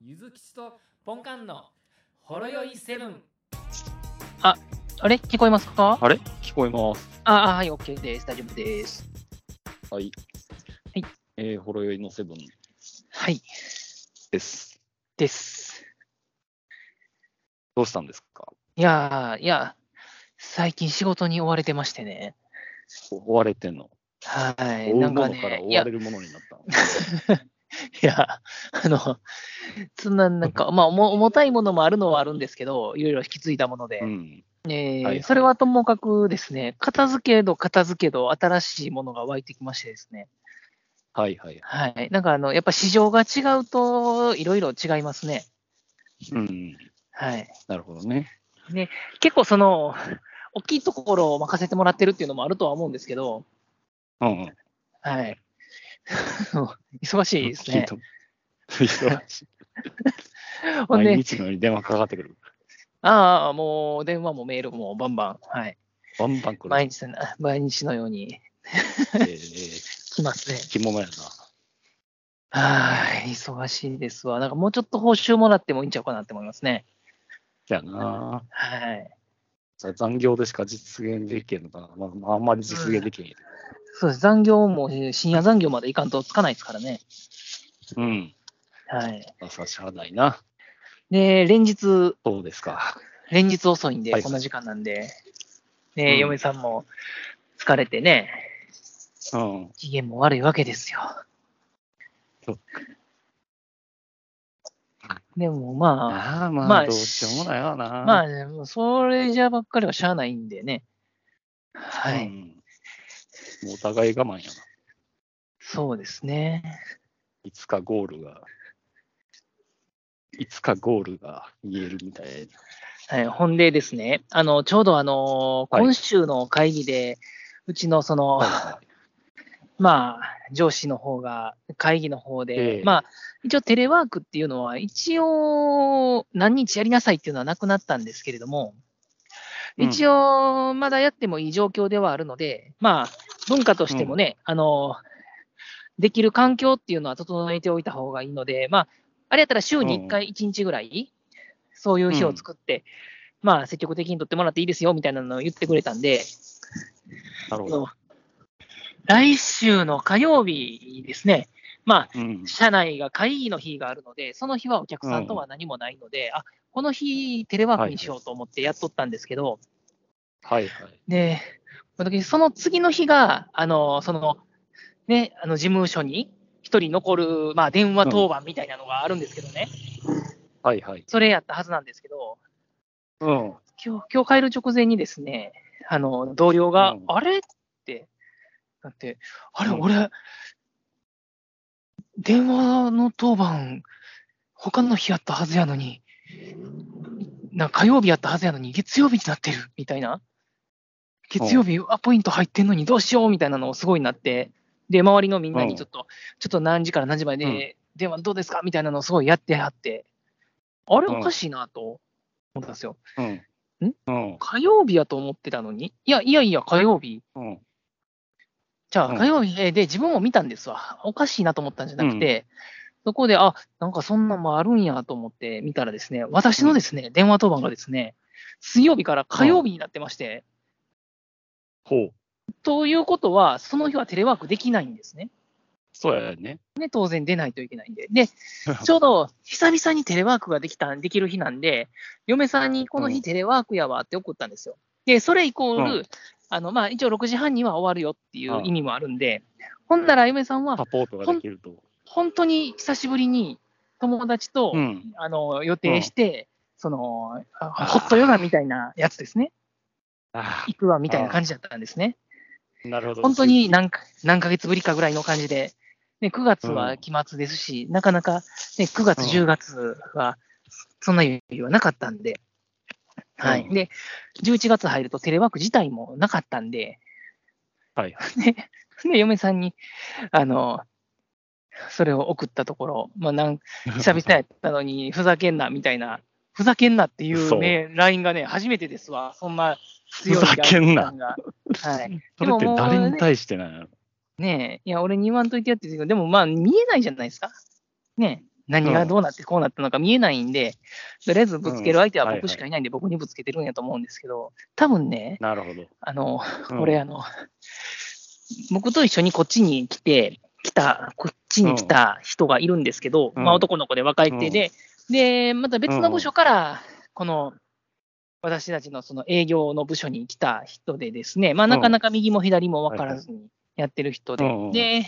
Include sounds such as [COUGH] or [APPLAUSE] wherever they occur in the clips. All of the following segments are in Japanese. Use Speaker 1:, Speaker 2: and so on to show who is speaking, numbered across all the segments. Speaker 1: ゆずきちとポンカンのほろよいセブン。
Speaker 2: あれ聞こえますか
Speaker 3: あれ聞こえます。
Speaker 2: ああ、はい、OK です。大丈夫です。
Speaker 3: はい。
Speaker 2: はい。
Speaker 3: えー、ほろ酔いのセブン
Speaker 2: はい、
Speaker 3: です。
Speaker 2: です。
Speaker 3: どうしたんですか
Speaker 2: いやー、いや、最近仕事に追われてましてね。
Speaker 3: お追われてんの、
Speaker 2: はい。
Speaker 3: 追う
Speaker 2: な
Speaker 3: も
Speaker 2: ん
Speaker 3: の
Speaker 2: か
Speaker 3: から
Speaker 2: ね、い
Speaker 3: 追わ
Speaker 2: や、
Speaker 3: れ
Speaker 2: い
Speaker 3: るものにな
Speaker 2: [LAUGHS]
Speaker 3: ったの。
Speaker 2: や、あの、そんな、なんか、まあ、重重たいものもあるのはあるんですけど、いろいろ引き継いだもので、
Speaker 3: うん。
Speaker 2: えー
Speaker 3: はいはい
Speaker 2: それはともかくですね、片付けど片付けど新しいものが湧いてきましてですね、
Speaker 3: はいはい。
Speaker 2: はい。なんか、あの、やっぱ市場が違うと、いろいろ違いますね。
Speaker 3: うん。
Speaker 2: はい。
Speaker 3: なるほどね。
Speaker 2: 結構その、大きいところを任せてもらってるっていうのもあるとは思うんですけど、
Speaker 3: うんうん。
Speaker 2: はい。 [LAUGHS] 忙しいですね。
Speaker 3: 聞いた忙しい
Speaker 2: ほん
Speaker 3: 毎
Speaker 2: で、
Speaker 3: 日のように電話かかってくる。
Speaker 2: ああ、もう電話もメールもバンバン、はい。
Speaker 3: バンバン来る。
Speaker 2: 毎日の、毎日のように
Speaker 3: えーえー、
Speaker 2: 来ますね。
Speaker 3: 肝もやな。
Speaker 2: はい、忙しいですわ。なんかもうちょっと報酬もらってもいいんちゃうかなって思いますね。
Speaker 3: じゃあな。
Speaker 2: はい。
Speaker 3: じゃあ残業でしか実現できへんのかな。まあ、まあ、あんまり実現できへんや
Speaker 2: そうです。残業も、えー深夜残業までいかんとつかないですからね。
Speaker 3: けど。うん。
Speaker 2: はい。
Speaker 3: 朝しゃあないな。
Speaker 2: で、連日、
Speaker 3: そうですか。
Speaker 2: 連日遅いんで、
Speaker 3: はい
Speaker 2: こんな時間なんで、
Speaker 3: う
Speaker 2: ね、
Speaker 3: ん
Speaker 2: 嫁さんも疲れてね、
Speaker 3: うん。
Speaker 2: 機嫌も悪いわけですよ
Speaker 3: そっ。
Speaker 2: でもま
Speaker 3: ああ、まあ、
Speaker 2: まあ
Speaker 3: どうしようもないわな。
Speaker 2: あ、まあね、もうそれじゃばっかりはしゃあないんでね。は
Speaker 3: う
Speaker 2: い、
Speaker 3: んもうお互い我慢やな。
Speaker 2: そうですね。
Speaker 3: いつかゴールが、いつかゴールが言えるみたいな。
Speaker 2: はい、ほんでですね、あの、ちょうどあの、
Speaker 3: はい
Speaker 2: 今週の会議で、うちのその、
Speaker 3: はい
Speaker 2: まあ、上司の方が、会議の方で、
Speaker 3: ええ
Speaker 2: まあ、一応テレワークっていうのは、一応、何日やりなさいっていうのはなくなったんですけれども、
Speaker 3: うん
Speaker 2: 一応、まだやってもいい状況ではあるので、まあ、文化としてもね、あの、できる環境っていうのは整えておいた方がいいので、まあ、あれやったら週に1回1日ぐらい、そういう日を作って、まあ、積極的に取ってもらっていいですよ、みたいなのを言ってくれたんで、
Speaker 3: なるほど。
Speaker 2: 来週の火曜日ですね、ま
Speaker 3: うん
Speaker 2: あ、、社内が会議の日があるので、その日はお客さんとは何もないので、あこの日、テレワークにしようと思ってやっとったんですけど、
Speaker 3: はいはい。
Speaker 2: で、私、その次の日が、あの、その、ね、あの、事務所に一人残る、まあ、電話当番みたいなのがあるんですけどね、
Speaker 3: はいはい。
Speaker 2: それやったはずなんですけど、
Speaker 3: うん。
Speaker 2: 今日、今日帰る直前にですね、あの、同僚が、
Speaker 3: うん
Speaker 2: あれって、だって、あれ、
Speaker 3: うん
Speaker 2: 俺、電話の当番、他の日やったはずやのに、な火曜日やったはずやのに、月曜日になってる、みたいな。月曜日、アポイント入ってんのにどうしよう、みたいなのをすごいなって、で、周りのみんな
Speaker 3: う
Speaker 2: に
Speaker 3: ん
Speaker 2: ちょっと、ちょっと何時から何時まで、
Speaker 3: うん
Speaker 2: 電話どうですかみたいなのをすごいやってはって、あれ、
Speaker 3: うん
Speaker 2: おかしいなと思ったんですよ。
Speaker 3: うん。
Speaker 2: ん
Speaker 3: うん。
Speaker 2: 火曜日やと思ってたのに、いやいやいや、火曜日、
Speaker 3: うん。
Speaker 2: じゃ
Speaker 3: う
Speaker 2: あ
Speaker 3: ん
Speaker 2: 火曜日えーで自分も見たんですわ、おかしいなと思ったんじゃなくて、そこで、あなんかそんなんもあるんやと思って見たら、ですね私のですね電話当番がですね、水曜日から火曜日になってまして、
Speaker 3: ほう。
Speaker 2: ということは、その日はテレワークできないんですね。
Speaker 3: そうやね。
Speaker 2: ね、当然出ないといけないんで。で、ちょうど久々にテレワークができた、できる日なんで、嫁さんにこの
Speaker 3: う
Speaker 2: 日
Speaker 3: ん
Speaker 2: テレワークやわって送ったんですよ。で、それイコール、
Speaker 3: う
Speaker 2: あの、まあ、一応6時半には終わるよっていう
Speaker 3: うん
Speaker 2: 意味もあるんで、ほんなら嫁さんは
Speaker 3: サ、ポートができると。
Speaker 2: 本当に久しぶりに友達と、
Speaker 3: うん。
Speaker 2: あの、予定して、その、
Speaker 3: あ
Speaker 2: あホットヨガみたいなやつですね。
Speaker 3: あ
Speaker 2: 行くわみたいな感じだったんですね。
Speaker 3: あ、なるほど。
Speaker 2: 本当に何か何ヶ月ぶりかぐらいの感じで、ね、9月は期末ですし、なかなか、ね、9月、
Speaker 3: うん
Speaker 2: 10月はそんな余裕はなかったんで、はい
Speaker 3: うん
Speaker 2: で11月入るとテレワーク自体もなかったんで、 [LAUGHS]
Speaker 3: はい
Speaker 2: で嫁さんにあのそれを送ったところ、まあ、なん久々やったのに、ふざけんなみたいな、ふざけんなっていう、ね、LINE がね、初めてですわ、そんな強い LINE
Speaker 3: ふざけんな
Speaker 2: が。
Speaker 3: そ
Speaker 2: はい
Speaker 3: れって
Speaker 2: でももうね
Speaker 3: 誰に対してなんやろ
Speaker 2: ねえ、いや、俺に言わんといてやって言うけど、でもまあ、見えないじゃないですか。ねえ、何が
Speaker 3: うん
Speaker 2: どうなってこうなったのか見えないんで、とりあえずぶつける相手は
Speaker 3: うんはいは
Speaker 2: 僕
Speaker 3: い
Speaker 2: しかいないんで、僕にぶつけてるんやと思うんですけど、多分ね、
Speaker 3: なるほど。
Speaker 2: あの、
Speaker 3: うん
Speaker 2: これあの、僕と一緒にこっちに来て、来た、こっちに来た人がいるんですけど、
Speaker 3: うん
Speaker 2: まあ男の子で若い手で、で、また別の部署から、この、私たちのその営業の部署に来た人でですね、まあ
Speaker 3: うん
Speaker 2: なかなか右も左も分からずにやってる人で、
Speaker 3: うんうん
Speaker 2: で、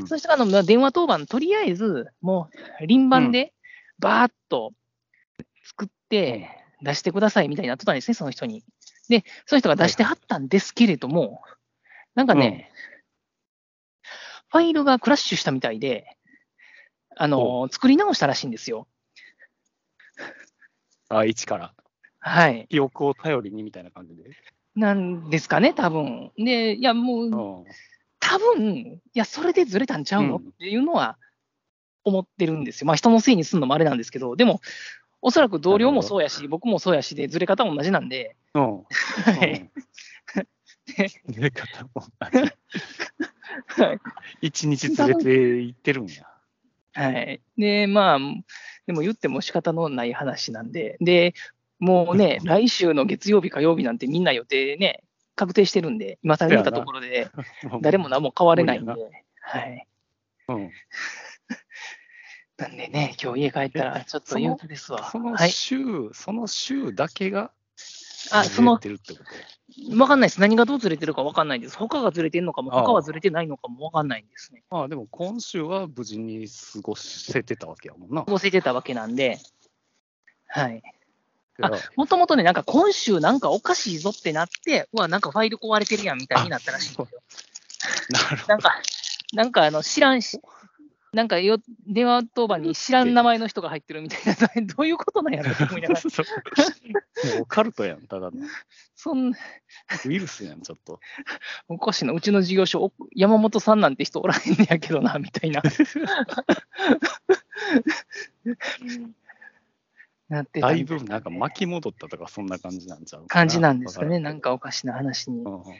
Speaker 3: うん
Speaker 2: そしたらあのまあ電話当番、とりあえず、もう、輪番で、バーっと作って、出してくださいみたいになってたんですね、その人に。で、その人が出してはったんですけれども、なんかね、ファイルがクラッシュしたみたいで、あの、作り直したらしいんですよ。
Speaker 3: あ、一から。
Speaker 2: はい。
Speaker 3: 記憶を頼りにみたいな感じで。
Speaker 2: なんですかね、多分。で、いや、もう、
Speaker 3: うん。
Speaker 2: 多分いや、それでずれたんちゃうの、
Speaker 3: うん
Speaker 2: っていうのは思ってるんですよ。まあ、人のせいにするのもあれなんですけど、でも、おそらく同僚もそうやし、僕もそうやしで、ずれ方同じなんで、 [LAUGHS]
Speaker 3: うん。
Speaker 2: い
Speaker 3: うん。ずれ方も同じ
Speaker 2: はい
Speaker 3: 一日ずれていってるんや。
Speaker 2: はい。で、まあ、でも言っても仕方のない話なんで、で、もうね、来週の月曜日、火曜日なんてみんな予定ね、確定してるんで、今更見たところで、誰も何も変われないんで
Speaker 3: 無、
Speaker 2: はい。
Speaker 3: うん。
Speaker 2: [LAUGHS] なんでね、今日家帰ったら、ちょっと憂鬱ですわ。
Speaker 3: その
Speaker 2: はい。
Speaker 3: 週、その週だけが
Speaker 2: あ、その
Speaker 3: ずれてるってこと
Speaker 2: わかんないです。何がどうずれてるかわかんないです。他がずれてるのかも、
Speaker 3: ああ
Speaker 2: 他はずれてないのかもわかんないんですね。
Speaker 3: まあでも今週は無事に過ごせてたわけやもんな。
Speaker 2: 過ごせてたわけなんで、はい。あ
Speaker 3: だか
Speaker 2: もともとね、なんか今週なんかおかしいぞってなって、うわ、なんかファイル壊れてるやんみたいになったらしいんですよ。
Speaker 3: らなるほ
Speaker 2: なんか、なんかあの、知らんし、なんかよ電話当番に知らん名前の人が入ってるみたいな、 [LAUGHS] どういうことなんやろって思いながら、
Speaker 3: どそう。もうオカルトやん、ただの。
Speaker 2: そんな
Speaker 3: ウイルスやん、ちょっと。
Speaker 2: おかしいな、うちの事業所、お山本さんなんて人おらへんねやけどな、みたいな。なってた
Speaker 3: だ
Speaker 2: み
Speaker 3: い
Speaker 2: た
Speaker 3: ぶなんか巻き戻ったとか、そんな感じなんちゃうか
Speaker 2: 感じなんですかね。なん
Speaker 3: か
Speaker 2: かおかしな話に
Speaker 3: らんけど。うん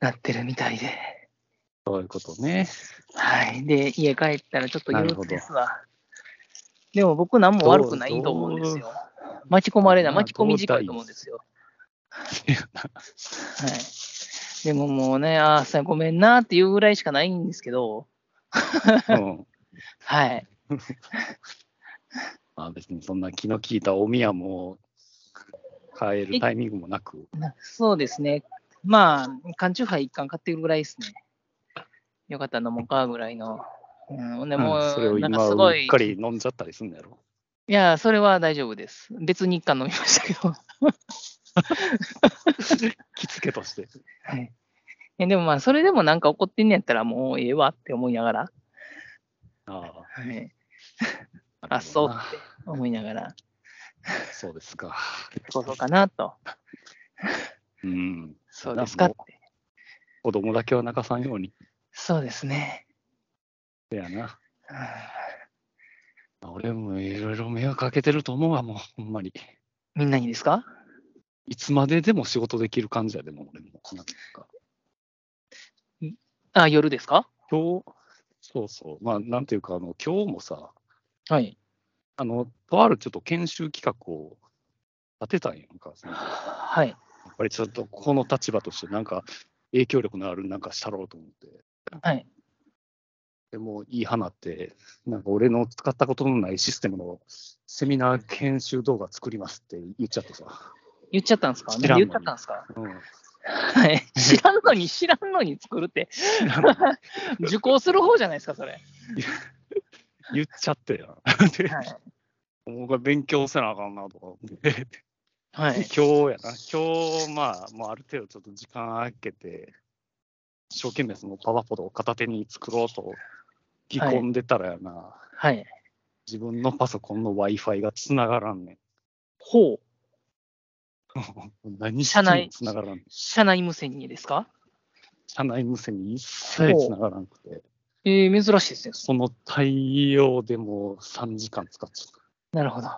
Speaker 2: なってるみたいで。
Speaker 3: そういうことね。
Speaker 2: はい。で、家帰ったらちょっと憂
Speaker 3: なるほ
Speaker 2: 鬱
Speaker 3: ど
Speaker 2: ですわ。でも僕何も悪くないと思うんですよ。巻き込まれない。
Speaker 3: まあ
Speaker 2: 巻き込み近いと思うんですよ。はい。でももうね、ああ、さごめんなっていうぐらいしかないんですけど、
Speaker 3: うん。
Speaker 2: はい。
Speaker 3: まあ別にそんな気の利いたお宮も変えるタイミングもなく。
Speaker 2: なそうですね。まあ、缶チューハイ一缶買ってるぐらいですね。よかったら飲もうかぐらいの。うん、でも、
Speaker 3: うんそれを
Speaker 2: なん
Speaker 3: 今
Speaker 2: かすご
Speaker 3: う
Speaker 2: い
Speaker 3: っかり飲んじゃったりするんだやろ。
Speaker 2: いや、それは大丈夫です。別に一貫飲みましたけど。
Speaker 3: 着付けとして。
Speaker 2: はいえでもまあ、それでもなんか怒ってんねやったらもうええわって思いながら、
Speaker 3: あ
Speaker 2: はい、
Speaker 3: あ。
Speaker 2: あそう
Speaker 3: なるほどな
Speaker 2: 思いながら、
Speaker 3: そうですか。
Speaker 2: そうかなと、
Speaker 3: うん。
Speaker 2: そうですかって。
Speaker 3: 子供だけは泣かさんように。
Speaker 2: そうですね。
Speaker 3: せやな。
Speaker 2: うん
Speaker 3: 俺もいろいろ迷惑かけてると思うわ、もう、ほんまに。
Speaker 2: みんなにですか
Speaker 3: いつまででも仕事できる感じやでも、俺も。なんか
Speaker 2: あ、夜ですか
Speaker 3: 今日、そうそう、まあ、なんていうか、あの、今日もさ、
Speaker 2: はい。
Speaker 3: あの、とあるちょっと研修企画を立てたんやんか。そのや
Speaker 2: はい。
Speaker 3: っぱりちょっとこの立場として、なんか影響力のあるなんかしたろうと思って。
Speaker 2: はい。
Speaker 3: でもいい花って、なんか俺の使ったことのないシステムのセミナー研修動画作りますって言っちゃってさ。
Speaker 2: 言っちゃったんですか
Speaker 3: 知らんの
Speaker 2: 言っ
Speaker 3: に
Speaker 2: ちゃったんですか
Speaker 3: うん。
Speaker 2: はい。知らんのに、知らんのに作るって、
Speaker 3: なるほど
Speaker 2: 受講する方じゃないですか、それ。
Speaker 3: 言っちゃってや。で、
Speaker 2: はい。
Speaker 3: 僕は勉強せなあかんなとか思って。
Speaker 2: はい。
Speaker 3: 今日やな。今日、まあ、もうある程度ちょっと時間空けて、一生懸命そのパワポドを片手に作ろうと着込んでたらやな、
Speaker 2: はい。
Speaker 3: 自分のパソコンの Wi-Fi が繋がらんね
Speaker 2: ほう。
Speaker 3: ん。何して
Speaker 2: 社内
Speaker 3: も繋がらんねん。
Speaker 2: 社内無線にですか
Speaker 3: 社内無線に一切繋がらなくて、
Speaker 2: えー、珍しいですね。
Speaker 3: その対応でもう3時間使っちゃった。
Speaker 2: なるほど。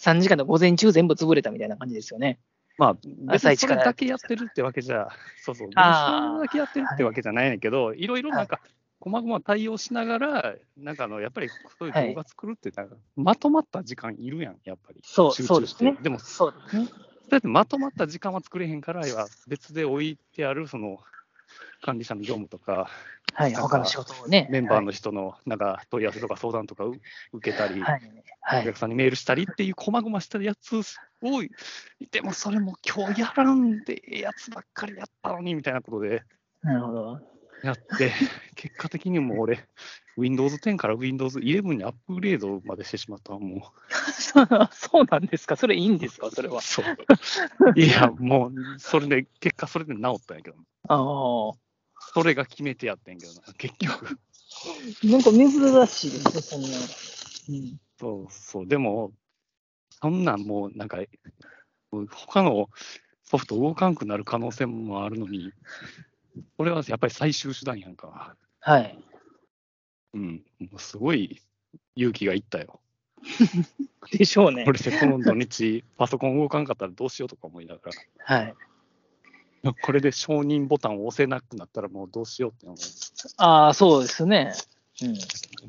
Speaker 2: 3時間の午前中全部潰れたみたいな感じですよね。
Speaker 3: まあ、別
Speaker 2: 朝
Speaker 3: に
Speaker 2: 一
Speaker 3: そ
Speaker 2: か
Speaker 3: れ
Speaker 2: ら
Speaker 3: だけやってるってわけじゃ、そうそう、別にそ
Speaker 2: あー
Speaker 3: れだけやってるってわけじゃないねんけど、いろいろなんか、細々対応しながら、なんかあの、やっぱりそういう
Speaker 2: はい
Speaker 3: 動画作るって、なんか、まとまった時間いるやん、やっぱり。
Speaker 2: そう
Speaker 3: 集
Speaker 2: そ
Speaker 3: 中
Speaker 2: うで
Speaker 3: し
Speaker 2: す
Speaker 3: て。
Speaker 2: ね
Speaker 3: でも、そ
Speaker 2: そうですね。
Speaker 3: うやってまとまった時間は作れへんから、は別で置いてある、その、管理者の業務とか、
Speaker 2: はい、
Speaker 3: なんか
Speaker 2: 他の仕事をね。
Speaker 3: メンバーの人の、なんか、問い合わせとか相談とかう受けたり、
Speaker 2: はい。は
Speaker 3: お
Speaker 2: い。
Speaker 3: 客さんにメールしたりっていう、細々したやつを、でもそれも今日やらんでええやつばっかりやったのにみたいなことで
Speaker 2: なるほど。
Speaker 3: やって、結果的にもう俺、Windows 10から Windows 11にアップグレードまでしてしまったわもう。
Speaker 2: [LAUGHS] そうなんですかそれいいんですかそれは。
Speaker 3: そう。いや、もう、それで、結果それで治ったんやけど、
Speaker 2: ああ。
Speaker 3: それが決めてやってんけどな、結局。
Speaker 2: なんか珍しいですね、そんな。うん、
Speaker 3: そうそう、でも、そんなんもう、なんか、もう他のソフト動かんくなる可能性もあるのに、これはやっぱり最終手段やんか。
Speaker 2: はい。
Speaker 3: うん、もうすごい勇気がいったよ。
Speaker 2: でしょうね。
Speaker 3: 俺、この土日、パソコン動かんかったらどうしようとか思いなが
Speaker 2: はい。
Speaker 3: ら、これで承認ボタンを押せなくなったらもうどうしようって思う。
Speaker 2: ああ、そうですね。うん、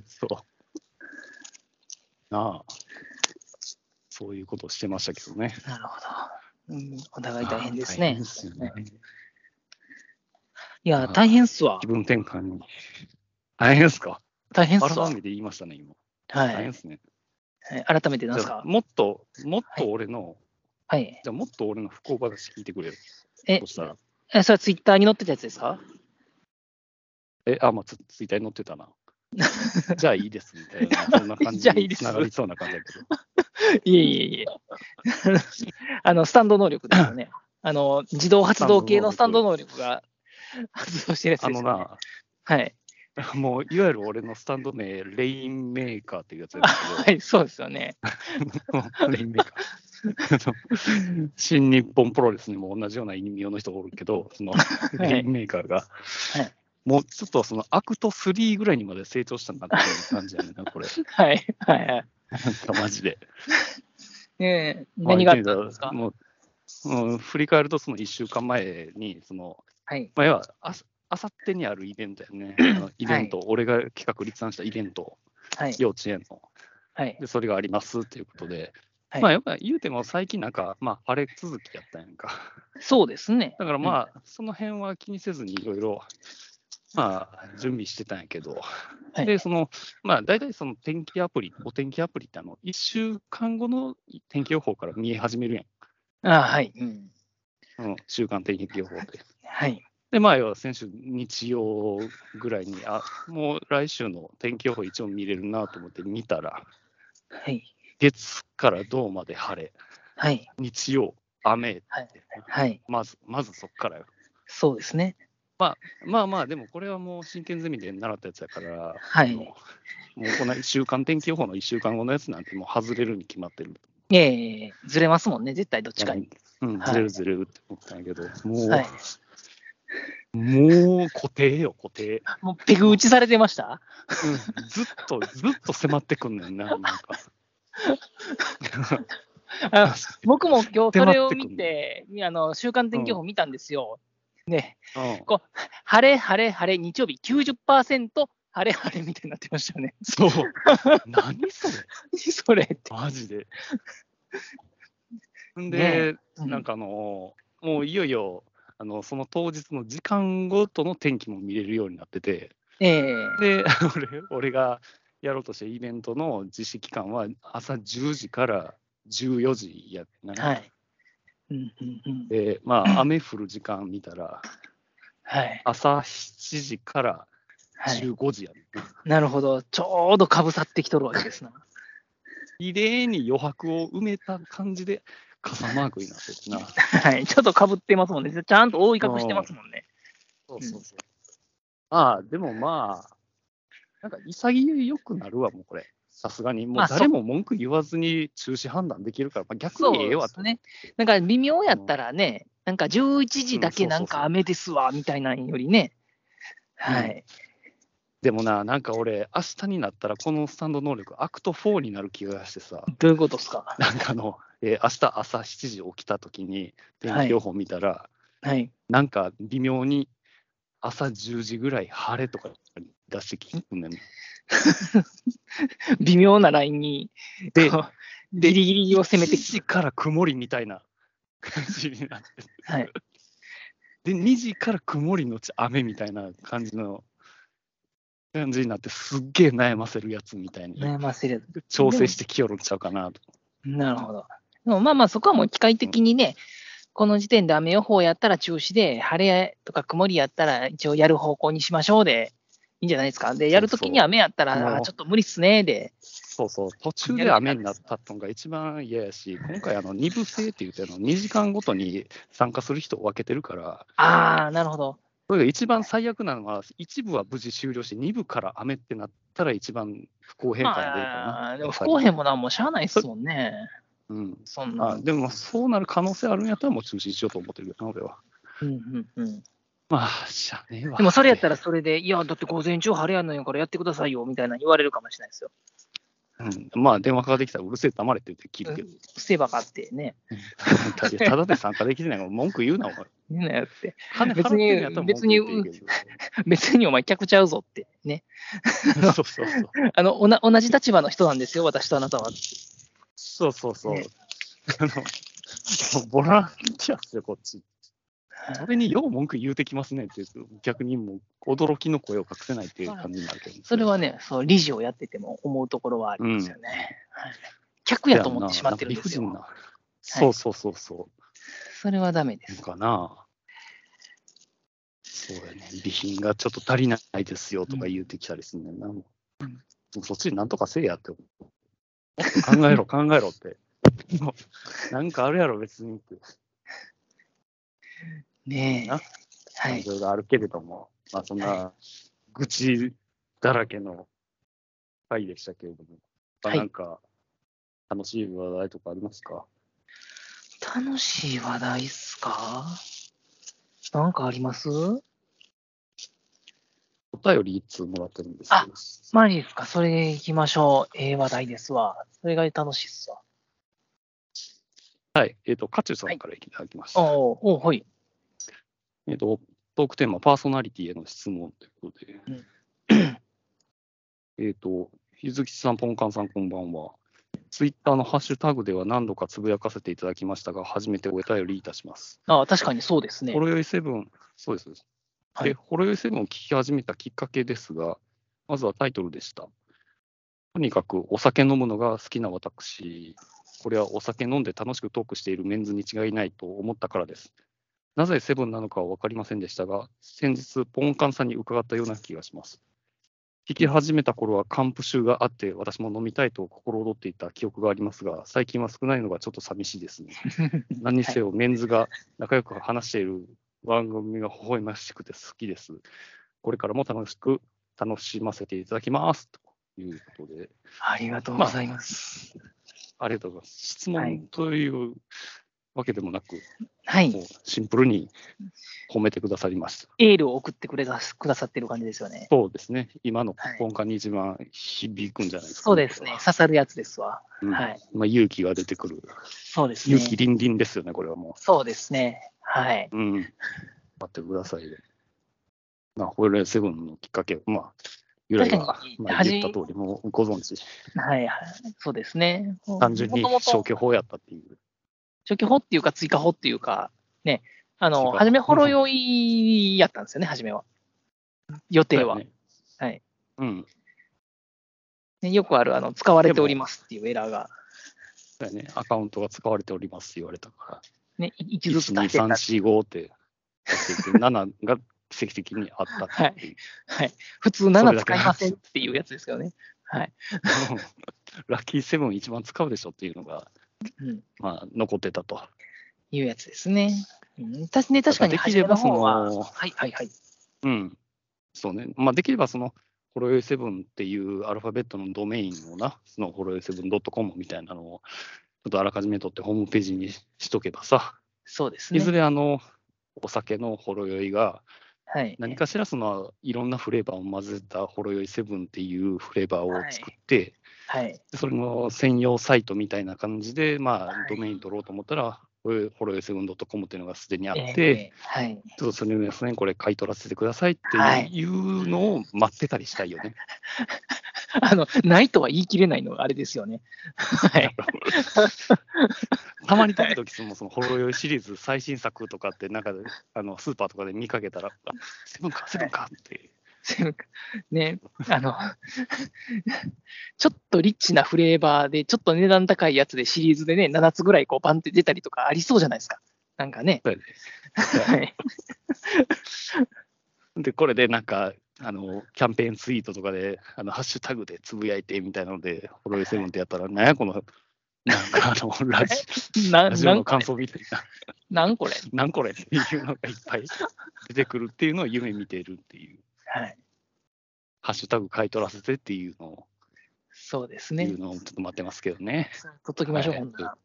Speaker 3: そう。なあ。そういうことをしてましたけどね。
Speaker 2: なるほど、うん。お互い大変ですね。
Speaker 3: 大変ですよね
Speaker 2: いや、大変っすわ
Speaker 3: 気。分転換に。大変ですか
Speaker 2: 大変っすわ。は
Speaker 3: 改
Speaker 2: い
Speaker 3: めて言いましたね、今。。大変
Speaker 2: は
Speaker 3: ですね。
Speaker 2: い改めてなんです
Speaker 3: じゃあ
Speaker 2: か
Speaker 3: もっと、もっと俺の、
Speaker 2: はい。
Speaker 3: じゃあもっと俺の不幸話聞いてくれる。
Speaker 2: え
Speaker 3: そしたら、
Speaker 2: え、それはツイッターに載ってたやつですか
Speaker 3: え、あ、まあ、ツツイッターに載ってた
Speaker 2: [LAUGHS]
Speaker 3: な。じゃあいいです、みたいな。そんな感
Speaker 2: じ
Speaker 3: じ
Speaker 2: ゃあいい
Speaker 3: に
Speaker 2: です
Speaker 3: つながりそうな感じだ
Speaker 2: [LAUGHS]
Speaker 3: けど。
Speaker 2: いえいえいえ。 [LAUGHS] あの、スタンド能力ですよ [LAUGHS] ね。あの、自動発動系のスタンド能力が発動してるやつ
Speaker 3: あ
Speaker 2: です
Speaker 3: の
Speaker 2: よね。
Speaker 3: な、
Speaker 2: はい。
Speaker 3: もういわゆる俺のスタンド名、レインメーカーっていうやつやねんけど
Speaker 2: はい、そうですよね。
Speaker 3: レインメーカーあ
Speaker 2: [LAUGHS]
Speaker 3: の新日本プロレスにも同じような異名の人がおるけど、その
Speaker 2: い
Speaker 3: レインメーカーが、
Speaker 2: い
Speaker 3: もうちょっとそのアクト3ぐらいにまで成長したなっていう感じやねんな、
Speaker 2: [LAUGHS]
Speaker 3: これ、
Speaker 2: はい。はい。はい
Speaker 3: なんかマジで。
Speaker 2: ねえ、何があっ
Speaker 3: ま
Speaker 2: た
Speaker 3: あ
Speaker 2: んですか
Speaker 3: もうもう振り返ると、その1週間前に、その
Speaker 2: はい。
Speaker 3: まあ、要はあさあさってにあるイベントや
Speaker 2: [LAUGHS]
Speaker 3: ね、あのイベント、俺が企画立案したイベント、
Speaker 2: はい。
Speaker 3: 幼稚園の。
Speaker 2: はい。
Speaker 3: で、それがありますっていうことで、
Speaker 2: はい
Speaker 3: まあ、やっぱ言うても最近なんか、まあ、晴れ続きやったやんか。
Speaker 2: そうですね。
Speaker 3: だからまあ、その辺は気にせずにいろいろ、まあ、準備してたんやけど、
Speaker 2: はい
Speaker 3: で、その、まあ、大体その天気アプリ、お天気アプリってあの、1週間後の天気予報から見え始めるや
Speaker 2: あはい。うん。
Speaker 3: ん。うん、週間天気予報で。
Speaker 2: はい。
Speaker 3: で、まあ、要は先週日曜ぐらいに、あ、もう来週の天気予報一応見れるなと思って見たら、
Speaker 2: はい。
Speaker 3: 月から銅まで晴れ、
Speaker 2: はい。
Speaker 3: 日曜雨、
Speaker 2: はい。
Speaker 3: まず、まずそっからよ。
Speaker 2: そうですね。
Speaker 3: まあまあ、でもこれはもう真剣ゼミで習ったやつだから、
Speaker 2: はい
Speaker 3: あのもうこの1週間天気予報の1週間後のやつなんてもう外れるに決まってる。
Speaker 2: ええずれますもんね。絶対どっちかに。
Speaker 3: うん、
Speaker 2: はい
Speaker 3: ずれるずれるって思ったんやけど、もう、
Speaker 2: はい
Speaker 3: もう固定よ、固定。
Speaker 2: もうペグ打ちされてました
Speaker 3: うんずっと、ずっと迫ってくんねん
Speaker 2: [LAUGHS]
Speaker 3: な、なんか。
Speaker 2: [LAUGHS] あ僕も今日それを見
Speaker 3: 迫
Speaker 2: て、あの、週間天気予報見たんですよ。
Speaker 3: うん
Speaker 2: 晴れ、晴れ、晴れ、日曜日90%、晴れ、晴れみたいになってましたよね。
Speaker 3: そう。何それ、
Speaker 2: 何それって。
Speaker 3: マジで。ん
Speaker 2: ね
Speaker 3: で、
Speaker 2: う
Speaker 3: なん、かあのーもういよいよ、あのその当日の時間ごとの天気も見れるようになってて、
Speaker 2: ええ
Speaker 3: で、 [LAUGHS] 俺俺がやろうとしてイベントの実施期間は朝10時から14時やってな、
Speaker 2: はい。うんうんうん。
Speaker 3: で、まあ、雨降る時間見たら、
Speaker 2: はい。
Speaker 3: 朝7時から
Speaker 2: はい。
Speaker 3: 15時やね、
Speaker 2: なるほど。ちょうどかぶさってきとるわけですな。
Speaker 3: 綺麗に余白を埋めた感じで、傘マークになっててな。
Speaker 2: [LAUGHS] はい、ちょっとかぶってますもんね。ちゃんと覆い隠してますもんね。
Speaker 3: そう
Speaker 2: [LAUGHS] そう
Speaker 3: そう。まあ、でもまあ、なんか潔くなるわ、もうこれ。さすがに、も
Speaker 2: ま
Speaker 3: う
Speaker 2: あそう
Speaker 3: 誰も文句言わずに中止判断できるから、まあ、逆
Speaker 2: そう
Speaker 3: にええ
Speaker 2: で
Speaker 3: わ
Speaker 2: すね。なんか微妙やったらね、なんか11時だけ
Speaker 3: うんそう
Speaker 2: な
Speaker 3: そうんそう
Speaker 2: か雨ですわ、みたいなんよりね。はい。
Speaker 3: でもな、なんか俺、明日になったらこのスタンド能力、アクト4になる気がしてさ、
Speaker 2: どういうことですか
Speaker 3: なんかあの、えー明日朝7時起きた時に天気予報見たら、
Speaker 2: はい。
Speaker 3: なんか微妙に朝10時ぐらい晴れとか出してきんくんねん。
Speaker 2: 微妙なラインに、 [LAUGHS]
Speaker 3: で
Speaker 2: こうギリギリを攻めて
Speaker 3: 1時から曇りみたいな [LAUGHS] 感じになって。
Speaker 2: はい。
Speaker 3: で、2時から曇りのち雨みたいな感じの感じになって、すっげえ悩ませるやつみたいに
Speaker 2: 悩ませる。
Speaker 3: 調整してきよるんちゃうかなと。
Speaker 2: なるほど。でもまあまあ、そこはもう機械的にね、この時点で雨予報やったら中止で、晴れとか曇りやったら一応やる方向にしましょうで、いいんじゃないですか。で、やるときに雨やった
Speaker 3: そうそう
Speaker 2: ら、あちょっと無理っすね、で。
Speaker 3: そうそう、途中で雨になったのが一番嫌やし、今回あの2部制って言ってあの2時間ごとに参加する人を分けてるから、
Speaker 2: ああ、なるほど。
Speaker 3: それが一番最悪なのは、1部は無事終了し、2部から雨ってなったら一番不公平感が出るか
Speaker 2: まあ、
Speaker 3: な。
Speaker 2: でも不公平もな、もうしゃあないっすもんね。
Speaker 3: うん
Speaker 2: そんな
Speaker 3: あ。でもまあそうなる可能性あるんやったらもう中止しようと思ってるよな、俺は。
Speaker 2: うんうんうん。
Speaker 3: まあ、しゃあねえわ。
Speaker 2: でもそれやった
Speaker 3: ら。
Speaker 2: らそれで、いや、だって午前中晴れやのんやからやってくださいよ、みたいな言われるかもしれないですよ。
Speaker 3: うん、まあ、電話かかってきたらうるせえ、黙れって言って切
Speaker 2: [LAUGHS]
Speaker 3: るけど、
Speaker 2: すればかってね。
Speaker 3: だってただで参加できてないから文句言うな、お前。
Speaker 2: ねえなやって。
Speaker 3: 金払ってんやったら文句言っていいけど。
Speaker 2: 別にお前客ちゃうぞってね。
Speaker 3: [LAUGHS] そうそうそう。
Speaker 2: あの、おな同じ立場の人なんですよ、私とあなたは。
Speaker 3: そうそうそう。
Speaker 2: ね
Speaker 3: あの、もうボランティアっすよ、こっち。それによう文句言うてきますねって、逆にもう驚きの声を隠せないっていう感じになるけど、
Speaker 2: それはね、そう、理事をやってても思うところはありますよね。はい客
Speaker 3: い
Speaker 2: やと思ってしまってるんです
Speaker 3: なん
Speaker 2: よ。
Speaker 3: か理不尽な。そうそうそうそ
Speaker 2: それはダメで
Speaker 3: う。
Speaker 2: す。
Speaker 3: かな。そうやね。備品がちょっと足りないですよとか言うてきたりすんねんな。もうそっちなんとかせえやって思う。考えろ、考えろって。もうなんかあるやろ、別にって。
Speaker 2: ねえ。
Speaker 3: な
Speaker 2: は
Speaker 3: 感
Speaker 2: い。
Speaker 3: 情があるけれども、まあそんな愚痴だらけの回でしたけれども、まあ
Speaker 2: はい
Speaker 3: なんか楽しい話題とかありますか、
Speaker 2: 楽しい話題っすかなんかあります
Speaker 3: お便り一通もらってるんですけど、
Speaker 2: マジですかそれで行きましょう。ええ話題ですわ。それが楽しいっすわ。
Speaker 3: はい、えっ、と、カチュさんからいただきました。
Speaker 2: おうおう、はい。
Speaker 3: えっ、と、トークテーマ、パーソナリティへの質問ということで、えっと、ゆずきさん、ポンカンさん、こんばんは。ツイッターのハッシュタグでは何度かつぶやかせていただきましたが、初めてお便りいたします。
Speaker 2: ああ、確かにそうですね
Speaker 3: ほ。ろよいセブン、そうです。
Speaker 2: はい
Speaker 3: で、ほろよいセブンを聞き始めたきっかけですが、まずはタイトルでした。とにかくお酒飲むのが好きな私、これはお酒飲んで楽しくトークしているメンズに違いないと思ったからです。なぜセブンなのかは分かりませんでしたが、先日、ポンカンさんに伺ったような気がします。聞き始めた頃はカンプ臭があって、私も飲みたいと心躍っていた記憶がありますが、最近は少ないのがちょっと寂しい
Speaker 2: [LAUGHS]
Speaker 3: ですね。何にせよ、メンズが仲良く話している番組が微笑ましくて好きです。これからも楽しく楽しませていただきます。ということで、
Speaker 2: ありがとうございます。
Speaker 3: ありがとうございます。質
Speaker 2: はい
Speaker 3: 問というわけでもなく、
Speaker 2: はい。
Speaker 3: もうシンプルに褒めてくださりました。
Speaker 2: エールを送ってくれたくださってる感じですよね。
Speaker 3: そうですね、今の
Speaker 2: はい
Speaker 3: 根幹に一番響くんじゃないですか、
Speaker 2: そうですね。刺さるやつですわ。
Speaker 3: うん。
Speaker 2: はい。
Speaker 3: まあ、勇気が出てくる、
Speaker 2: そうですね。
Speaker 3: 勇気凛々ですよね、これはも
Speaker 2: そうですね。はい。
Speaker 3: う。うん。待ってくださいよ。まあ、ホイールセブンのきっかけ、まあ、由来は
Speaker 2: 確かに、
Speaker 3: まあ、
Speaker 2: 初
Speaker 3: 言
Speaker 2: め
Speaker 3: った通り、もうご存知。
Speaker 2: はい。そうですね。
Speaker 3: 単純に
Speaker 2: もともと
Speaker 3: 消去法やったっていう。
Speaker 2: 初期法っていうか、追加法っていうか、ね。あ
Speaker 3: 追加法
Speaker 2: の、初め、ほろ酔いやったんですよね、初めは。予定は。
Speaker 3: そうやね
Speaker 2: はい。
Speaker 3: うん。
Speaker 2: ねよくある、あの、使われておりますっていうエラーが、
Speaker 3: そうやね。アカウントが使われておりますって言われたから。
Speaker 2: ね、い一
Speaker 3: 1、
Speaker 2: ずつ
Speaker 3: 2、
Speaker 2: 出してた
Speaker 3: 3、。4、5って出していて。7が奇跡的にあったっていう。
Speaker 2: はい。普通
Speaker 3: それ
Speaker 2: 7
Speaker 3: だけ
Speaker 2: 使いませんっていうやつですけどね。はい。
Speaker 3: うん [LAUGHS] ラッキーセブン一番使うでしょっていうのが、
Speaker 2: うん。
Speaker 3: まあ、残ってたと。
Speaker 2: いうやつですね。うん、たしね、確かに
Speaker 3: でき
Speaker 2: 初
Speaker 3: れ
Speaker 2: め
Speaker 3: ば
Speaker 2: の
Speaker 3: その
Speaker 2: 方は、はいはいはい。
Speaker 3: うん。そうね。まあ、できればその、ホロヨイセブンっていうアルファベットのドメインをな、そのホロヨイセブン .com みたいなのを、ちょっとあらかじめ取ってホームページにしとけばさ、
Speaker 2: そうです
Speaker 3: い
Speaker 2: ね。
Speaker 3: ずれあの、お酒のほろ酔いが
Speaker 2: はい。
Speaker 3: 何かしらそのいろんなフレーバーを混ぜたほろ酔いセブンっていうフレーバーを作って、
Speaker 2: はい。
Speaker 3: でそれの専用サイトみたいな感じで、まあ
Speaker 2: は、い
Speaker 3: ドメイン取ろうと思ったら、これホロヨイセブンドットコムっていうのがすでにあって、
Speaker 2: えーはい。
Speaker 3: ちょっとそれですね、これ買い取らせてくださいって
Speaker 2: はい
Speaker 3: いうのを待ってたりしたいよね。
Speaker 2: あの、ないとは言い切れないの、あれですよね。 [LAUGHS] はい。
Speaker 3: [LAUGHS] たまに時々そのそのホロヨイシリーズ最新作とかってなんかあのスーパーとかで見かけたら、あセブンかセブンかって。
Speaker 2: ね、あの、ちょっとリッチなフレーバーで、ちょっと値段高いやつでシリーズでね、7つぐらいこうバンって出たりとかありそうじゃないですか。なんかね。
Speaker 3: そうやね
Speaker 2: [LAUGHS] はい。
Speaker 3: で、これでなんか、あのキャンペーンツイートとかで、あのハッシュタグでつぶやいてみたいなので、ホロヨイセブンってやったら、なんやこの、なんかあ
Speaker 2: [LAUGHS]
Speaker 3: のラジ
Speaker 2: な、
Speaker 3: ラジオ
Speaker 2: な
Speaker 3: の
Speaker 2: ん
Speaker 3: 感想みたいな、
Speaker 2: なんこれ。
Speaker 3: なんこれっていうのがいっぱい出てくるっていうのを夢見てるっていう、
Speaker 2: はい。
Speaker 3: ハッシュタグ買い取らせてっていうのを、
Speaker 2: そうです
Speaker 3: い
Speaker 2: ね
Speaker 3: う。のをちょっと待ってますけどね。
Speaker 2: 取っときましょう、
Speaker 3: はい
Speaker 2: ほんなら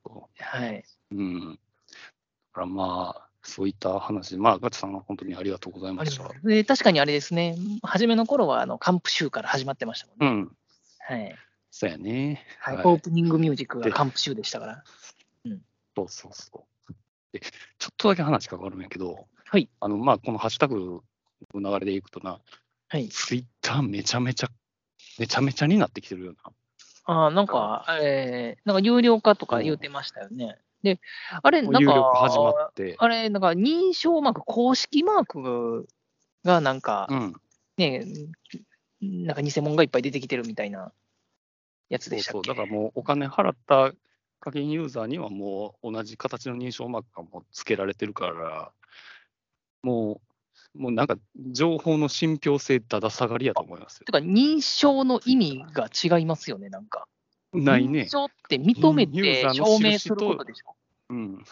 Speaker 2: はい。
Speaker 3: うん。だからまあ、そういった話、まあ、ガチさんは本当にありがとうございました。
Speaker 2: で確かにあれですね、初めの頃はあのカンプ集から始まってましたもん
Speaker 3: うん、
Speaker 2: ね。はい
Speaker 3: そうやね。
Speaker 2: はい
Speaker 3: はい
Speaker 2: オープニングミュージック
Speaker 3: で
Speaker 2: がカンプ集でしたから。
Speaker 3: そうそうそう。で、ちょっとだけ話変わるんやけど、
Speaker 2: はい。
Speaker 3: あの、まあ、このハッシュタグの流れでいくとな、
Speaker 2: はい、
Speaker 3: ツイッターめちゃめちゃ、めちゃめちゃになってきてるような。
Speaker 2: あーなんか、えー、なんか有料化とか言うてましたよね。で、あれ、
Speaker 3: も
Speaker 2: な
Speaker 3: うん有力始ま
Speaker 2: か、
Speaker 3: って、
Speaker 2: あれ、なんか認証マーク、公式マークがなんか
Speaker 3: うん。
Speaker 2: ね、なんか偽物がいっぱい出てきてるみたいなやつ
Speaker 3: そ
Speaker 2: で
Speaker 3: う
Speaker 2: した
Speaker 3: そ
Speaker 2: っ
Speaker 3: う。
Speaker 2: け
Speaker 3: だからもう、お金払った課金ユーザーにはもう同じ形の認証マークがもう付けられてるから、もう、もうなんか情報の信憑性だだ下がりやと思いますよ。
Speaker 2: てか、認証の意味が違いますよね、なんか。
Speaker 3: ないね
Speaker 2: 認。証って認め
Speaker 3: ユー
Speaker 2: て
Speaker 3: ザーの
Speaker 2: 証明することでしょ。
Speaker 3: うん。
Speaker 2: うん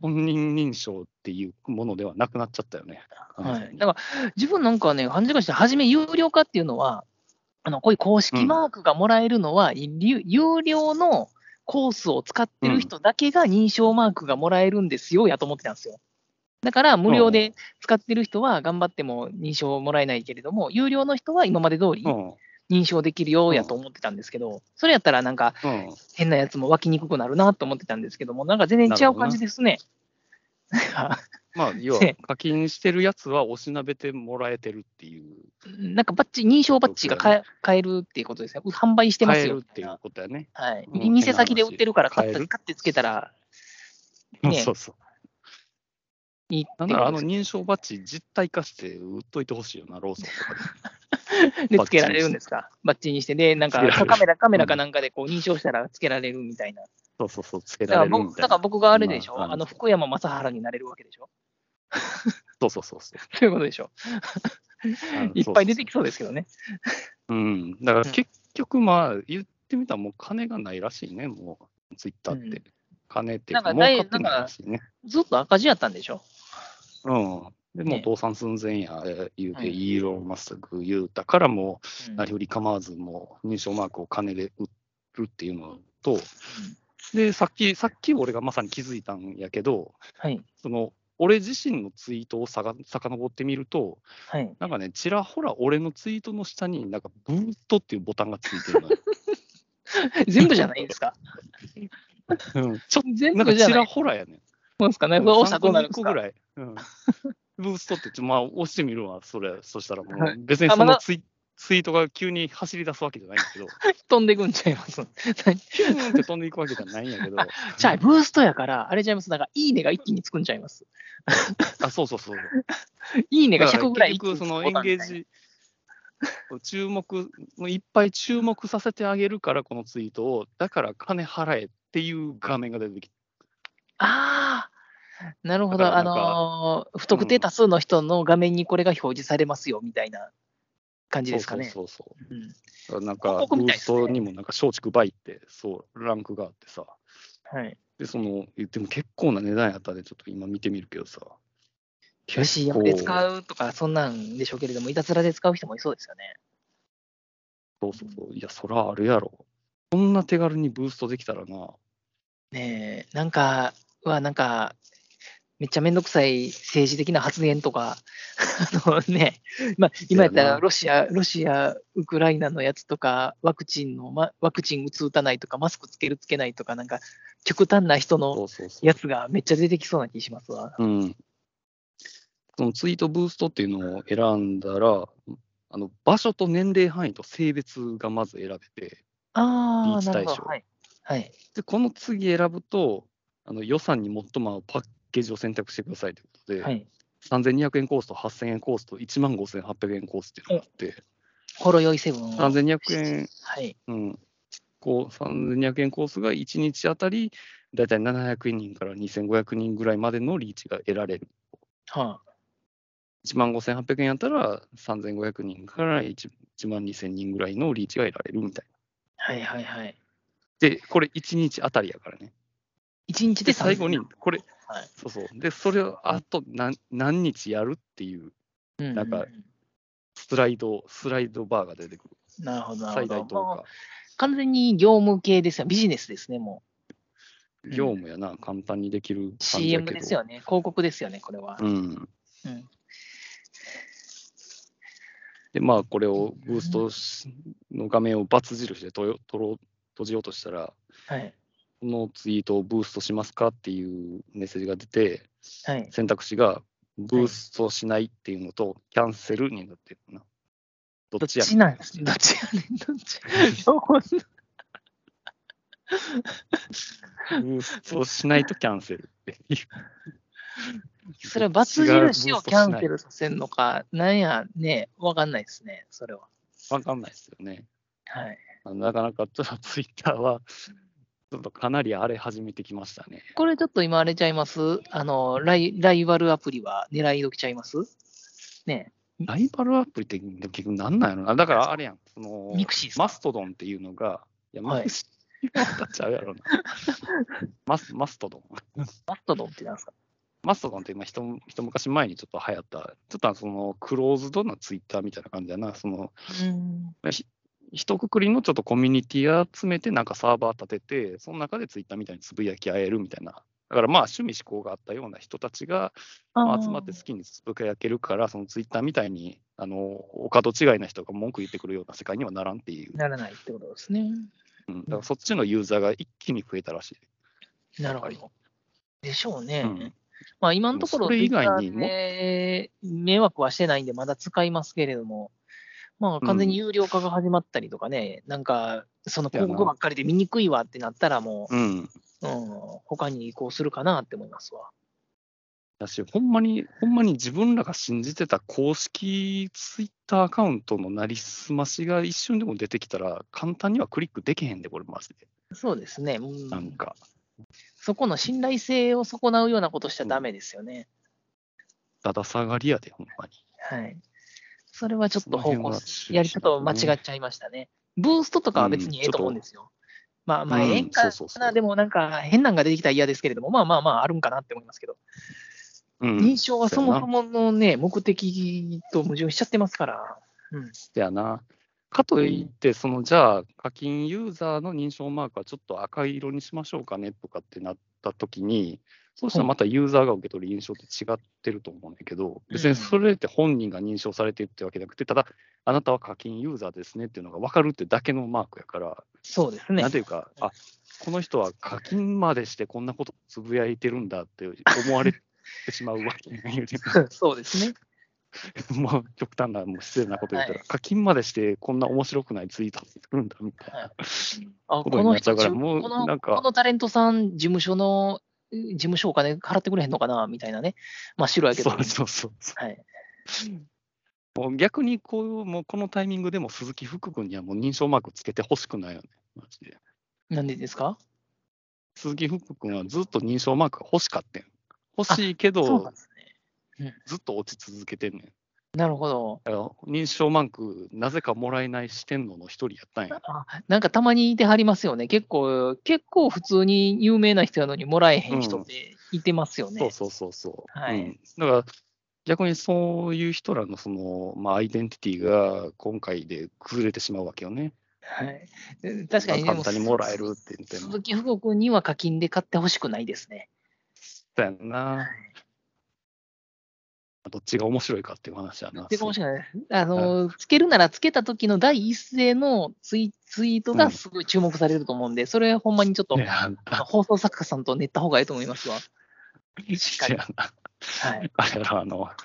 Speaker 3: 本人認証っていうものではなくなっちゃったよね。
Speaker 2: は
Speaker 3: 完全
Speaker 2: い、
Speaker 3: に
Speaker 2: だから自分なんかね、勘違いして、初め有料化っていうのは、あのこういう公式マークがもらえるのは、有有料のコースを使ってる人だけが認証マークがもらえるんですよ、やと思ってたんですよ。だから無料で使ってる人は頑張っても認証もらえないけれども、有料の人は今まで通り
Speaker 3: うん。
Speaker 2: 認証できるよやと思ってたんですけど、それやったらなんか
Speaker 3: うん。
Speaker 2: 変なやつも湧きにくくなるなと思ってたんですけども、なんか全然違う感じですね。 [LAUGHS] なんか
Speaker 3: まあ、要は
Speaker 2: せ
Speaker 3: 課金してるやつはおしなべてもらえてるっていう、
Speaker 2: なんかバッジ、認証バッジが買え買えるっていうことですね。販売してま
Speaker 3: 買え
Speaker 2: すよ
Speaker 3: るっていうことやね。
Speaker 2: はい。
Speaker 3: うん
Speaker 2: に店先で売ってるから
Speaker 3: 変な話買え
Speaker 2: 買って、
Speaker 3: る
Speaker 2: 買ってつけたらね
Speaker 3: そうそう。
Speaker 2: いいって
Speaker 3: なん
Speaker 2: こ
Speaker 3: ならあ
Speaker 2: と
Speaker 3: の
Speaker 2: で
Speaker 3: 認証バッジ実体化して売っといてほしいよな、ローソンとかで。
Speaker 2: す。で、つけられるんですか。バッジにして。で、なん
Speaker 3: つ
Speaker 2: か
Speaker 3: けられる
Speaker 2: カメラ、カメラかなんかでこう認証したらつけられるみたいな。
Speaker 3: [LAUGHS] そうそうそう、つけ
Speaker 2: だからら
Speaker 3: れるみ
Speaker 2: 僕
Speaker 3: たい
Speaker 2: だから
Speaker 3: な。
Speaker 2: 僕があれでしょ。
Speaker 3: まあ
Speaker 2: あの、福山雅治になれるわけでしょ。 [LAUGHS]
Speaker 3: そうそうそうそう。
Speaker 2: ということでしょ。
Speaker 3: あの
Speaker 2: いっぱい出てきそうですけどね。
Speaker 3: そうそううん。だから
Speaker 2: うん
Speaker 3: 結局、まあ、言ってみたらもう金がないらしいね、もう、ツイッターって。
Speaker 2: うん
Speaker 3: 金っていうか、
Speaker 2: なん
Speaker 3: 儲
Speaker 2: か
Speaker 3: かって
Speaker 2: だい
Speaker 3: ないらしいね。
Speaker 2: ずっと赤字やったんでしょ。
Speaker 3: うん。でもう
Speaker 2: ね
Speaker 3: 倒産寸前や、えー言う
Speaker 2: は
Speaker 3: て、
Speaker 2: い
Speaker 3: イーロン・マスク言うたから、も
Speaker 2: う
Speaker 3: うんなりふり構わず、もう認証マークを金で売るっていうのと、で、さっき、さっき俺がまさに気づいたんやけど、
Speaker 2: はい。
Speaker 3: その、俺自身のツイートをさが遡ってみると、 [LAUGHS]
Speaker 2: はい。
Speaker 3: なんかね、ちらほら俺のツイートの下に、なんかブーストっていうボタンがついて [LAUGHS] るのよ。
Speaker 2: 全部じゃないですか。
Speaker 3: うん、ちょっ
Speaker 2: 全
Speaker 3: と、なん
Speaker 2: 部
Speaker 3: か
Speaker 2: じゃ
Speaker 3: ち
Speaker 2: な
Speaker 3: ら
Speaker 2: い
Speaker 3: ほらやねん。
Speaker 2: ですかね。これ、大阪どうなるんですか
Speaker 3: 3個ぐらい。うん、ブーストってちょ、まあ押してみるわ、それ。そしたらも
Speaker 2: は
Speaker 3: う、別に
Speaker 2: あ
Speaker 3: そ
Speaker 2: ま
Speaker 3: の
Speaker 2: だ
Speaker 3: ツイ,、ツイートが急に走り出すわけじゃないんだけど、
Speaker 2: 飛んでくんちゃいます。
Speaker 3: ピューンって飛んでいくわけじゃないんや [LAUGHS] けど、
Speaker 2: じゃあ、ブーストやから、あれちゃいます。なんか、いいねが一気につくんちゃいます。 [LAUGHS]
Speaker 3: あ、そうそうそう。
Speaker 2: いいねが
Speaker 3: だか
Speaker 2: 100ぐら
Speaker 3: ら結
Speaker 2: い一気
Speaker 3: 局、
Speaker 2: につ
Speaker 3: そ
Speaker 2: く
Speaker 3: のエ
Speaker 2: ボタ
Speaker 3: ン
Speaker 2: ン
Speaker 3: ゲ
Speaker 2: み
Speaker 3: ー
Speaker 2: たいな
Speaker 3: ジ、注目、もういっぱい注目させてあげるから、このツイートを、だから金払えっていう画面が出てきて、
Speaker 2: ああ、なるほ
Speaker 3: だ
Speaker 2: ど。
Speaker 3: からな
Speaker 2: あ
Speaker 3: んか
Speaker 2: のー不特定多数の人の画面にこれが表示されますよ、みたいな感じですかね。
Speaker 3: そうそうそう。
Speaker 2: うん
Speaker 3: なんか、
Speaker 2: 広
Speaker 3: ブ
Speaker 2: 告み
Speaker 3: ー
Speaker 2: たいで
Speaker 3: ス
Speaker 2: すね
Speaker 3: トにもなんか松竹梅って、そう、ランクがあってさ、
Speaker 2: はい。
Speaker 3: で、その、でも結構な値段やったで、ちょっと今見てみるけどさ、
Speaker 2: よし、
Speaker 3: 結構
Speaker 2: CM で使うとか、そんなんでしょうけれども、いたずらで使う人もいそうですよね。
Speaker 3: そうそうそう、いや、そらあるやろ。こんな手軽にブーストできたらな、
Speaker 2: ねえ、なんか、は、なんか、めっちゃめんどくさい政治的な発言とか、 [LAUGHS] あのね、まあ、今やった
Speaker 3: そうや
Speaker 2: ら
Speaker 3: な
Speaker 2: ロシア、ロシア、ウクライナのやつとか、ワクチンの、ま、ワクチン打つ打たないとか、マスクつけるつけないとか、なんか、極端な人
Speaker 3: そ
Speaker 2: の
Speaker 3: うそうそう。
Speaker 2: やつがめっちゃ出てきそうな気しますわ。
Speaker 3: うん。そのツイートブーストっていうのを選んだら、あの場所と年齢範囲と性別がまず選べて、リ
Speaker 2: あ
Speaker 3: ー
Speaker 2: あ、
Speaker 3: チ
Speaker 2: なる
Speaker 3: 対象
Speaker 2: ほど。はい。はい、
Speaker 3: で、この次選ぶと、あの予算に最も合うパッケージを選択してくださいということで、
Speaker 2: はい。
Speaker 3: 3200円コースと8000円コースと1万5800円コースっていうのがあって、
Speaker 2: ほろ酔いセブン。は
Speaker 3: 3200円、
Speaker 2: い。
Speaker 3: うん、こう3200円コースが1日あたり、だいたい700人から2500人ぐらいまでのリーチが得られる。
Speaker 2: は
Speaker 3: 1万5800円やったら3500人から1万2000人ぐらいのリーチが得られるみたいな。
Speaker 2: あ、はいはいはい。
Speaker 3: で、これ1日あたりやからね。
Speaker 2: 一日
Speaker 3: で、
Speaker 2: で
Speaker 3: 最後に
Speaker 2: 3000、
Speaker 3: これ、
Speaker 2: はい
Speaker 3: そうそう。で、それをあと何何日やるっていう
Speaker 2: うん
Speaker 3: なんかスライド、スライドバーが出てくる。
Speaker 2: なるほど、なる
Speaker 3: 最
Speaker 2: ほ
Speaker 3: 大
Speaker 2: ど。もう
Speaker 3: 10
Speaker 2: 完全に業務系ですよ。ビジネスですね、も
Speaker 3: 日。業務やな、簡単にできる
Speaker 2: う。
Speaker 3: 感じや
Speaker 2: CM
Speaker 3: けど。
Speaker 2: ですよね。広告ですよね、これは。
Speaker 3: うん。
Speaker 2: うん
Speaker 3: で、まあ、これをブーストしの画面を×印でとよとろ閉じようとしたら、
Speaker 2: はい。
Speaker 3: このツイートをブーストしますかっていうメッセージが出て、
Speaker 2: はい。
Speaker 3: 選択肢がブーストしないっていうのと、キャンセルになってるな。ど
Speaker 2: ど
Speaker 3: っ
Speaker 2: っ
Speaker 3: ちや
Speaker 2: ちなんですどっちやねん、どっち両方
Speaker 3: ブーストしないとキャンセルっていう。
Speaker 2: それはバ
Speaker 3: どっ
Speaker 2: ツ
Speaker 3: ちがブー
Speaker 2: 印を
Speaker 3: スト
Speaker 2: キ
Speaker 3: しない
Speaker 2: ャンセルさせるのか、なんや、ね、わかんないですね、それは。
Speaker 3: わかんないですよね。
Speaker 2: はい。
Speaker 3: あのなかなかちょっとツイッターは、ちょっとかなり荒れ始めてきましたね。
Speaker 2: これちょっと今あれちゃいますあの、ライライバルアプリは狙い時ちゃいますね
Speaker 3: ライバルアプリって結局なんなんやろな。だからあれやん、その
Speaker 2: ミクシィっすか
Speaker 3: マストドンっていうのが、いや、
Speaker 2: は
Speaker 3: マ
Speaker 2: い
Speaker 3: クシィはちゃうやろな。マスマストドン。
Speaker 2: マストドンってなんですか
Speaker 3: マストドンって今一む、一昔前にちょっと流行った、ちょっとそのクローズドなツイッターみたいな感じだな、その、
Speaker 2: うん。
Speaker 3: 一括りのちょっとコミュニティ集めて、なんかサーバー立てて、その中でツイッターみたいにつぶやき合えるみたいな。だからまあ趣味嗜好があったような人たちが、まあ集まって好きにつぶやけるから、そのツイッターみたいに、あの、お門違いな人が文句言ってくるような世界にはならんっていう。
Speaker 2: ならないってことですね。
Speaker 3: うん、だからそっちのユーザーが一気に増えたらしい。
Speaker 2: なるほ
Speaker 3: やっ
Speaker 2: ど。でしょうね。
Speaker 3: うん
Speaker 2: まあ今のところ、
Speaker 3: それ以外にも
Speaker 2: Twitter で迷惑はしてないんで、まだ使いますけれども、まあ完全に有料化が始まったりとかね、なんか、その広告ばっかりで見にくいわってなったら、も
Speaker 3: うん。
Speaker 2: う、うん、他に移行するかなって思いますわ。
Speaker 3: だし、ほんまに、ほんまに自分らが信じてた公式ツイッターアカウントのなりすましが一瞬でも出てきたら、簡単にはクリックできへんで、これマジで。
Speaker 2: そうですね、う
Speaker 3: なん
Speaker 2: ん、
Speaker 3: か。
Speaker 2: そこの信頼性を損なうようなことしちゃダメですよね。
Speaker 3: だだ下がりやで、ほんまに。
Speaker 2: はい。それはちょっと方向
Speaker 3: そ
Speaker 2: 性、
Speaker 3: の辺は
Speaker 2: やり方を間違っちゃいましたね。ブーストとかは別にええと思うんですよ。まあまあ、
Speaker 3: うん
Speaker 2: ええんかな、
Speaker 3: そうそうそう
Speaker 2: でもなんか変なんが出てきたら嫌ですけれども、まあまあまあ、あるんかなって思いますけど、
Speaker 3: うん。
Speaker 2: 認証はそもそものね、目的と矛盾しちゃってますから。うん、
Speaker 3: だよな。かといって、そのじゃあ、課金ユーザーの認証マークはちょっと赤い色にしましょうかねとかってなったときに、そうしたらまたユーザーが受け取る印象って違ってると思うんだけど、別にそれって本人が認証されてるってわけじゃなくて、ただ、あなたは課金ユーザーですねっていうのが分かるってだけのマークやから、
Speaker 2: そうですね
Speaker 3: なん。ていうか、あこの人は課金までしてこんなことつぶやいてるんだって思われてしまうわけないよね
Speaker 2: [LAUGHS] そうですね。
Speaker 3: [LAUGHS] もう極端な、もう失礼なこと言ったら、
Speaker 2: は
Speaker 3: 課金までしてこんな面白くないツイートするんだみたいな。
Speaker 2: はいあ
Speaker 3: こと
Speaker 2: こ
Speaker 3: にな
Speaker 2: の
Speaker 3: っちゃ
Speaker 2: 人
Speaker 3: うから
Speaker 2: じゅ
Speaker 3: もう
Speaker 2: この
Speaker 3: なんか
Speaker 2: このタレントさん、事務所の、事務所お金払ってくれへんのかな、みたいなね。まあ、白やけど、
Speaker 3: そうそうそうそ
Speaker 2: はい。
Speaker 3: う。もう逆にこういう、もうこのタイミングでも鈴木福君にはもう認証マークつけてほしくないよね。マジで
Speaker 2: なんでですか
Speaker 3: 鈴木福君はずっと認証マークが欲しかったん。欲しいけ
Speaker 2: そうな
Speaker 3: ど
Speaker 2: ん、ですね。
Speaker 3: ずっと落ち続けてんねん。
Speaker 2: なるほど。
Speaker 3: だから認証マーク、なぜかもらえない四天王の一人やったんや。
Speaker 2: あなんかたまにいてはりますよね。結構、結構普通に有名な人やのにもらえへん人っていてますよね。
Speaker 3: そうそうそうそう。
Speaker 2: はい
Speaker 3: うんだから逆にそういう人らのその、まあ、アイデンティティが今回で崩れてしまうわけよね。
Speaker 2: はい、確かに、
Speaker 3: まあ簡単にもらえるって言っても。
Speaker 2: 鈴木福君には課金で買ってほしくないですね。
Speaker 3: そうやんな。どっちが面白いかっていう話やな。
Speaker 2: で、かもしれない。あの、つけるならつけた時の第一声のツイツイートがすごい注目されると思うんで、それほんまにちょっと、
Speaker 3: いや [LAUGHS]
Speaker 2: あの放送作家さんと練った方がいいと思いますわ。しっか
Speaker 3: い
Speaker 2: り。
Speaker 3: やな
Speaker 2: はい。
Speaker 3: あれやろあの、あ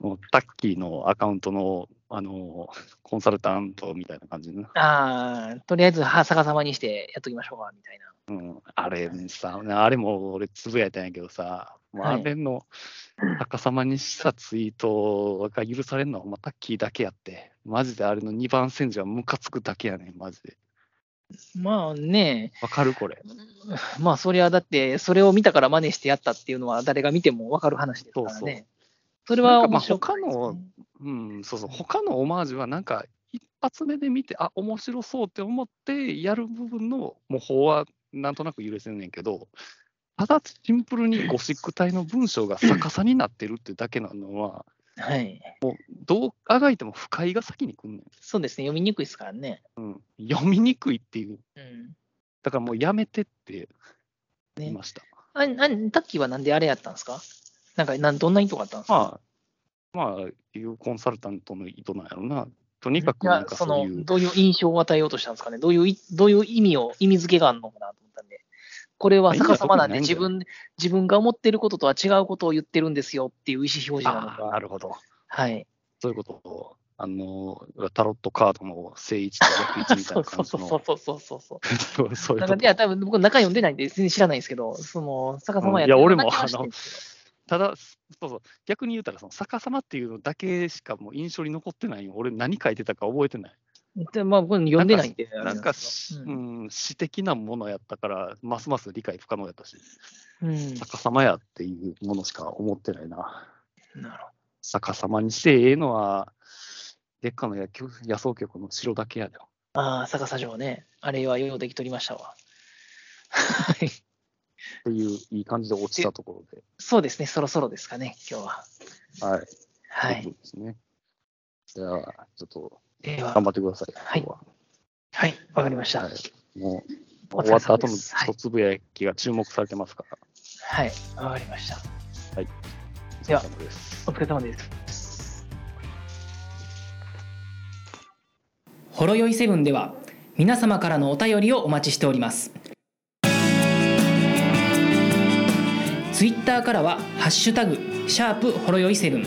Speaker 3: のタッキーのアカウントの、あの、コンサルタントみたいな感じね。
Speaker 2: ああ、とりあえずは逆さまにしてやっときましょうか、みたいな。
Speaker 3: あれさ、あれも俺つぶやいたんやけどさ、もう
Speaker 2: は
Speaker 3: あ
Speaker 2: い
Speaker 3: れの逆さまにしたツイートが許されるのはほんまタッキーだけやって、マジであれの2番煎じはムカつくだけやねん、マジで。
Speaker 2: まあね、
Speaker 3: わかるこれ。
Speaker 2: まあそれはだって、それを見たから真似してやったっていうのは誰が見てもわかる話ですからね。そ
Speaker 3: そうそう
Speaker 2: れは
Speaker 3: なんかま
Speaker 2: 面
Speaker 3: あ
Speaker 2: 白くないですね、
Speaker 3: 他のうん、そうそう、他のオマージュはなんか、一発目で見て、あ面白そうって思ってやる部分の模倣はなんとなく許せんねんけど、ただシンプルにゴシック体の文章が逆さになってるってだけなのは、
Speaker 2: はい。
Speaker 3: どうあがいても不快が先に来んねん。
Speaker 2: そうですね、読みにくいですからね。
Speaker 3: 読みにくいっていう、
Speaker 2: うん。
Speaker 3: だからもうやめてって言いました。
Speaker 2: あ、あタッキーはなんであれやったんですかなんか、なんどんな意図があったんですか
Speaker 3: まあ、まあ、いうコンサルタントの意図なんやろな。とにかく
Speaker 2: いや
Speaker 3: なんかそ
Speaker 2: そ
Speaker 3: う
Speaker 2: の
Speaker 3: いう、
Speaker 2: どういう印象を与えようとしたんですかねどういうい、どういう意味を、意味付けがあるのかなと思ったんで、これは逆さまなんで、
Speaker 3: まあ意味
Speaker 2: 自
Speaker 3: は特
Speaker 2: 分自分が思ってることとは違うことを言ってるんですよっていう意思表示なの
Speaker 3: あーな
Speaker 2: か、
Speaker 3: るほど。
Speaker 2: はい、
Speaker 3: そういうことを、あの、タロットカードの正位置と逆位置みたい
Speaker 2: そ
Speaker 3: な
Speaker 2: うそ
Speaker 3: 感
Speaker 2: う
Speaker 3: じ
Speaker 2: [LAUGHS] そ
Speaker 3: の、
Speaker 2: うそうそうそうそ
Speaker 3: そうそう
Speaker 2: う。
Speaker 3: いう
Speaker 2: なん
Speaker 3: こ
Speaker 2: か
Speaker 3: と
Speaker 2: いや、多分僕、中読んでないんで、全然知らないんですけど、その逆さまや
Speaker 3: うんいや俺も
Speaker 2: なんか知ってんです
Speaker 3: ただ、そうそう、逆に言うたら、その逆さまっていうのだけしかもう印象に残ってないよ。俺、何書いてたか覚えてない。
Speaker 2: けどでまあ、僕、読んでないんで、あれ
Speaker 3: なん
Speaker 2: で
Speaker 3: か
Speaker 2: すけど、
Speaker 3: うん、詩的なものやったから、ますます理解不可能やったし、
Speaker 2: うんうん
Speaker 3: 逆さまやっていうものしか思ってないな。
Speaker 2: なるほ
Speaker 3: 逆さまにしてええのは、月下の野球野草局の城だけやで。
Speaker 2: どああ、逆さ上ね、あれはようできとりましたわ。
Speaker 3: っていう、いい感じで落ちたところで、
Speaker 2: そうですね、そろそろですかね、今日は。
Speaker 3: はい、と
Speaker 2: は
Speaker 3: いう
Speaker 2: い。
Speaker 3: ことですね。じゃあ、ちょっと
Speaker 2: では
Speaker 3: 頑、張ってください。
Speaker 2: はい
Speaker 3: 今日は
Speaker 2: はい、わかりました。
Speaker 3: はいもう
Speaker 2: お疲
Speaker 3: 終
Speaker 2: れ様
Speaker 3: わった後の
Speaker 2: ですはい
Speaker 3: 一つぶやきが注目されてますから、
Speaker 2: はい、わかりました。
Speaker 3: お
Speaker 2: では
Speaker 3: 疲れ様です
Speaker 2: お疲れ様です。
Speaker 1: ほろよいセブンでは皆様からのお便りをお待ちしておりますツイッターからは「ハッシュタグシャープほろよいセブン」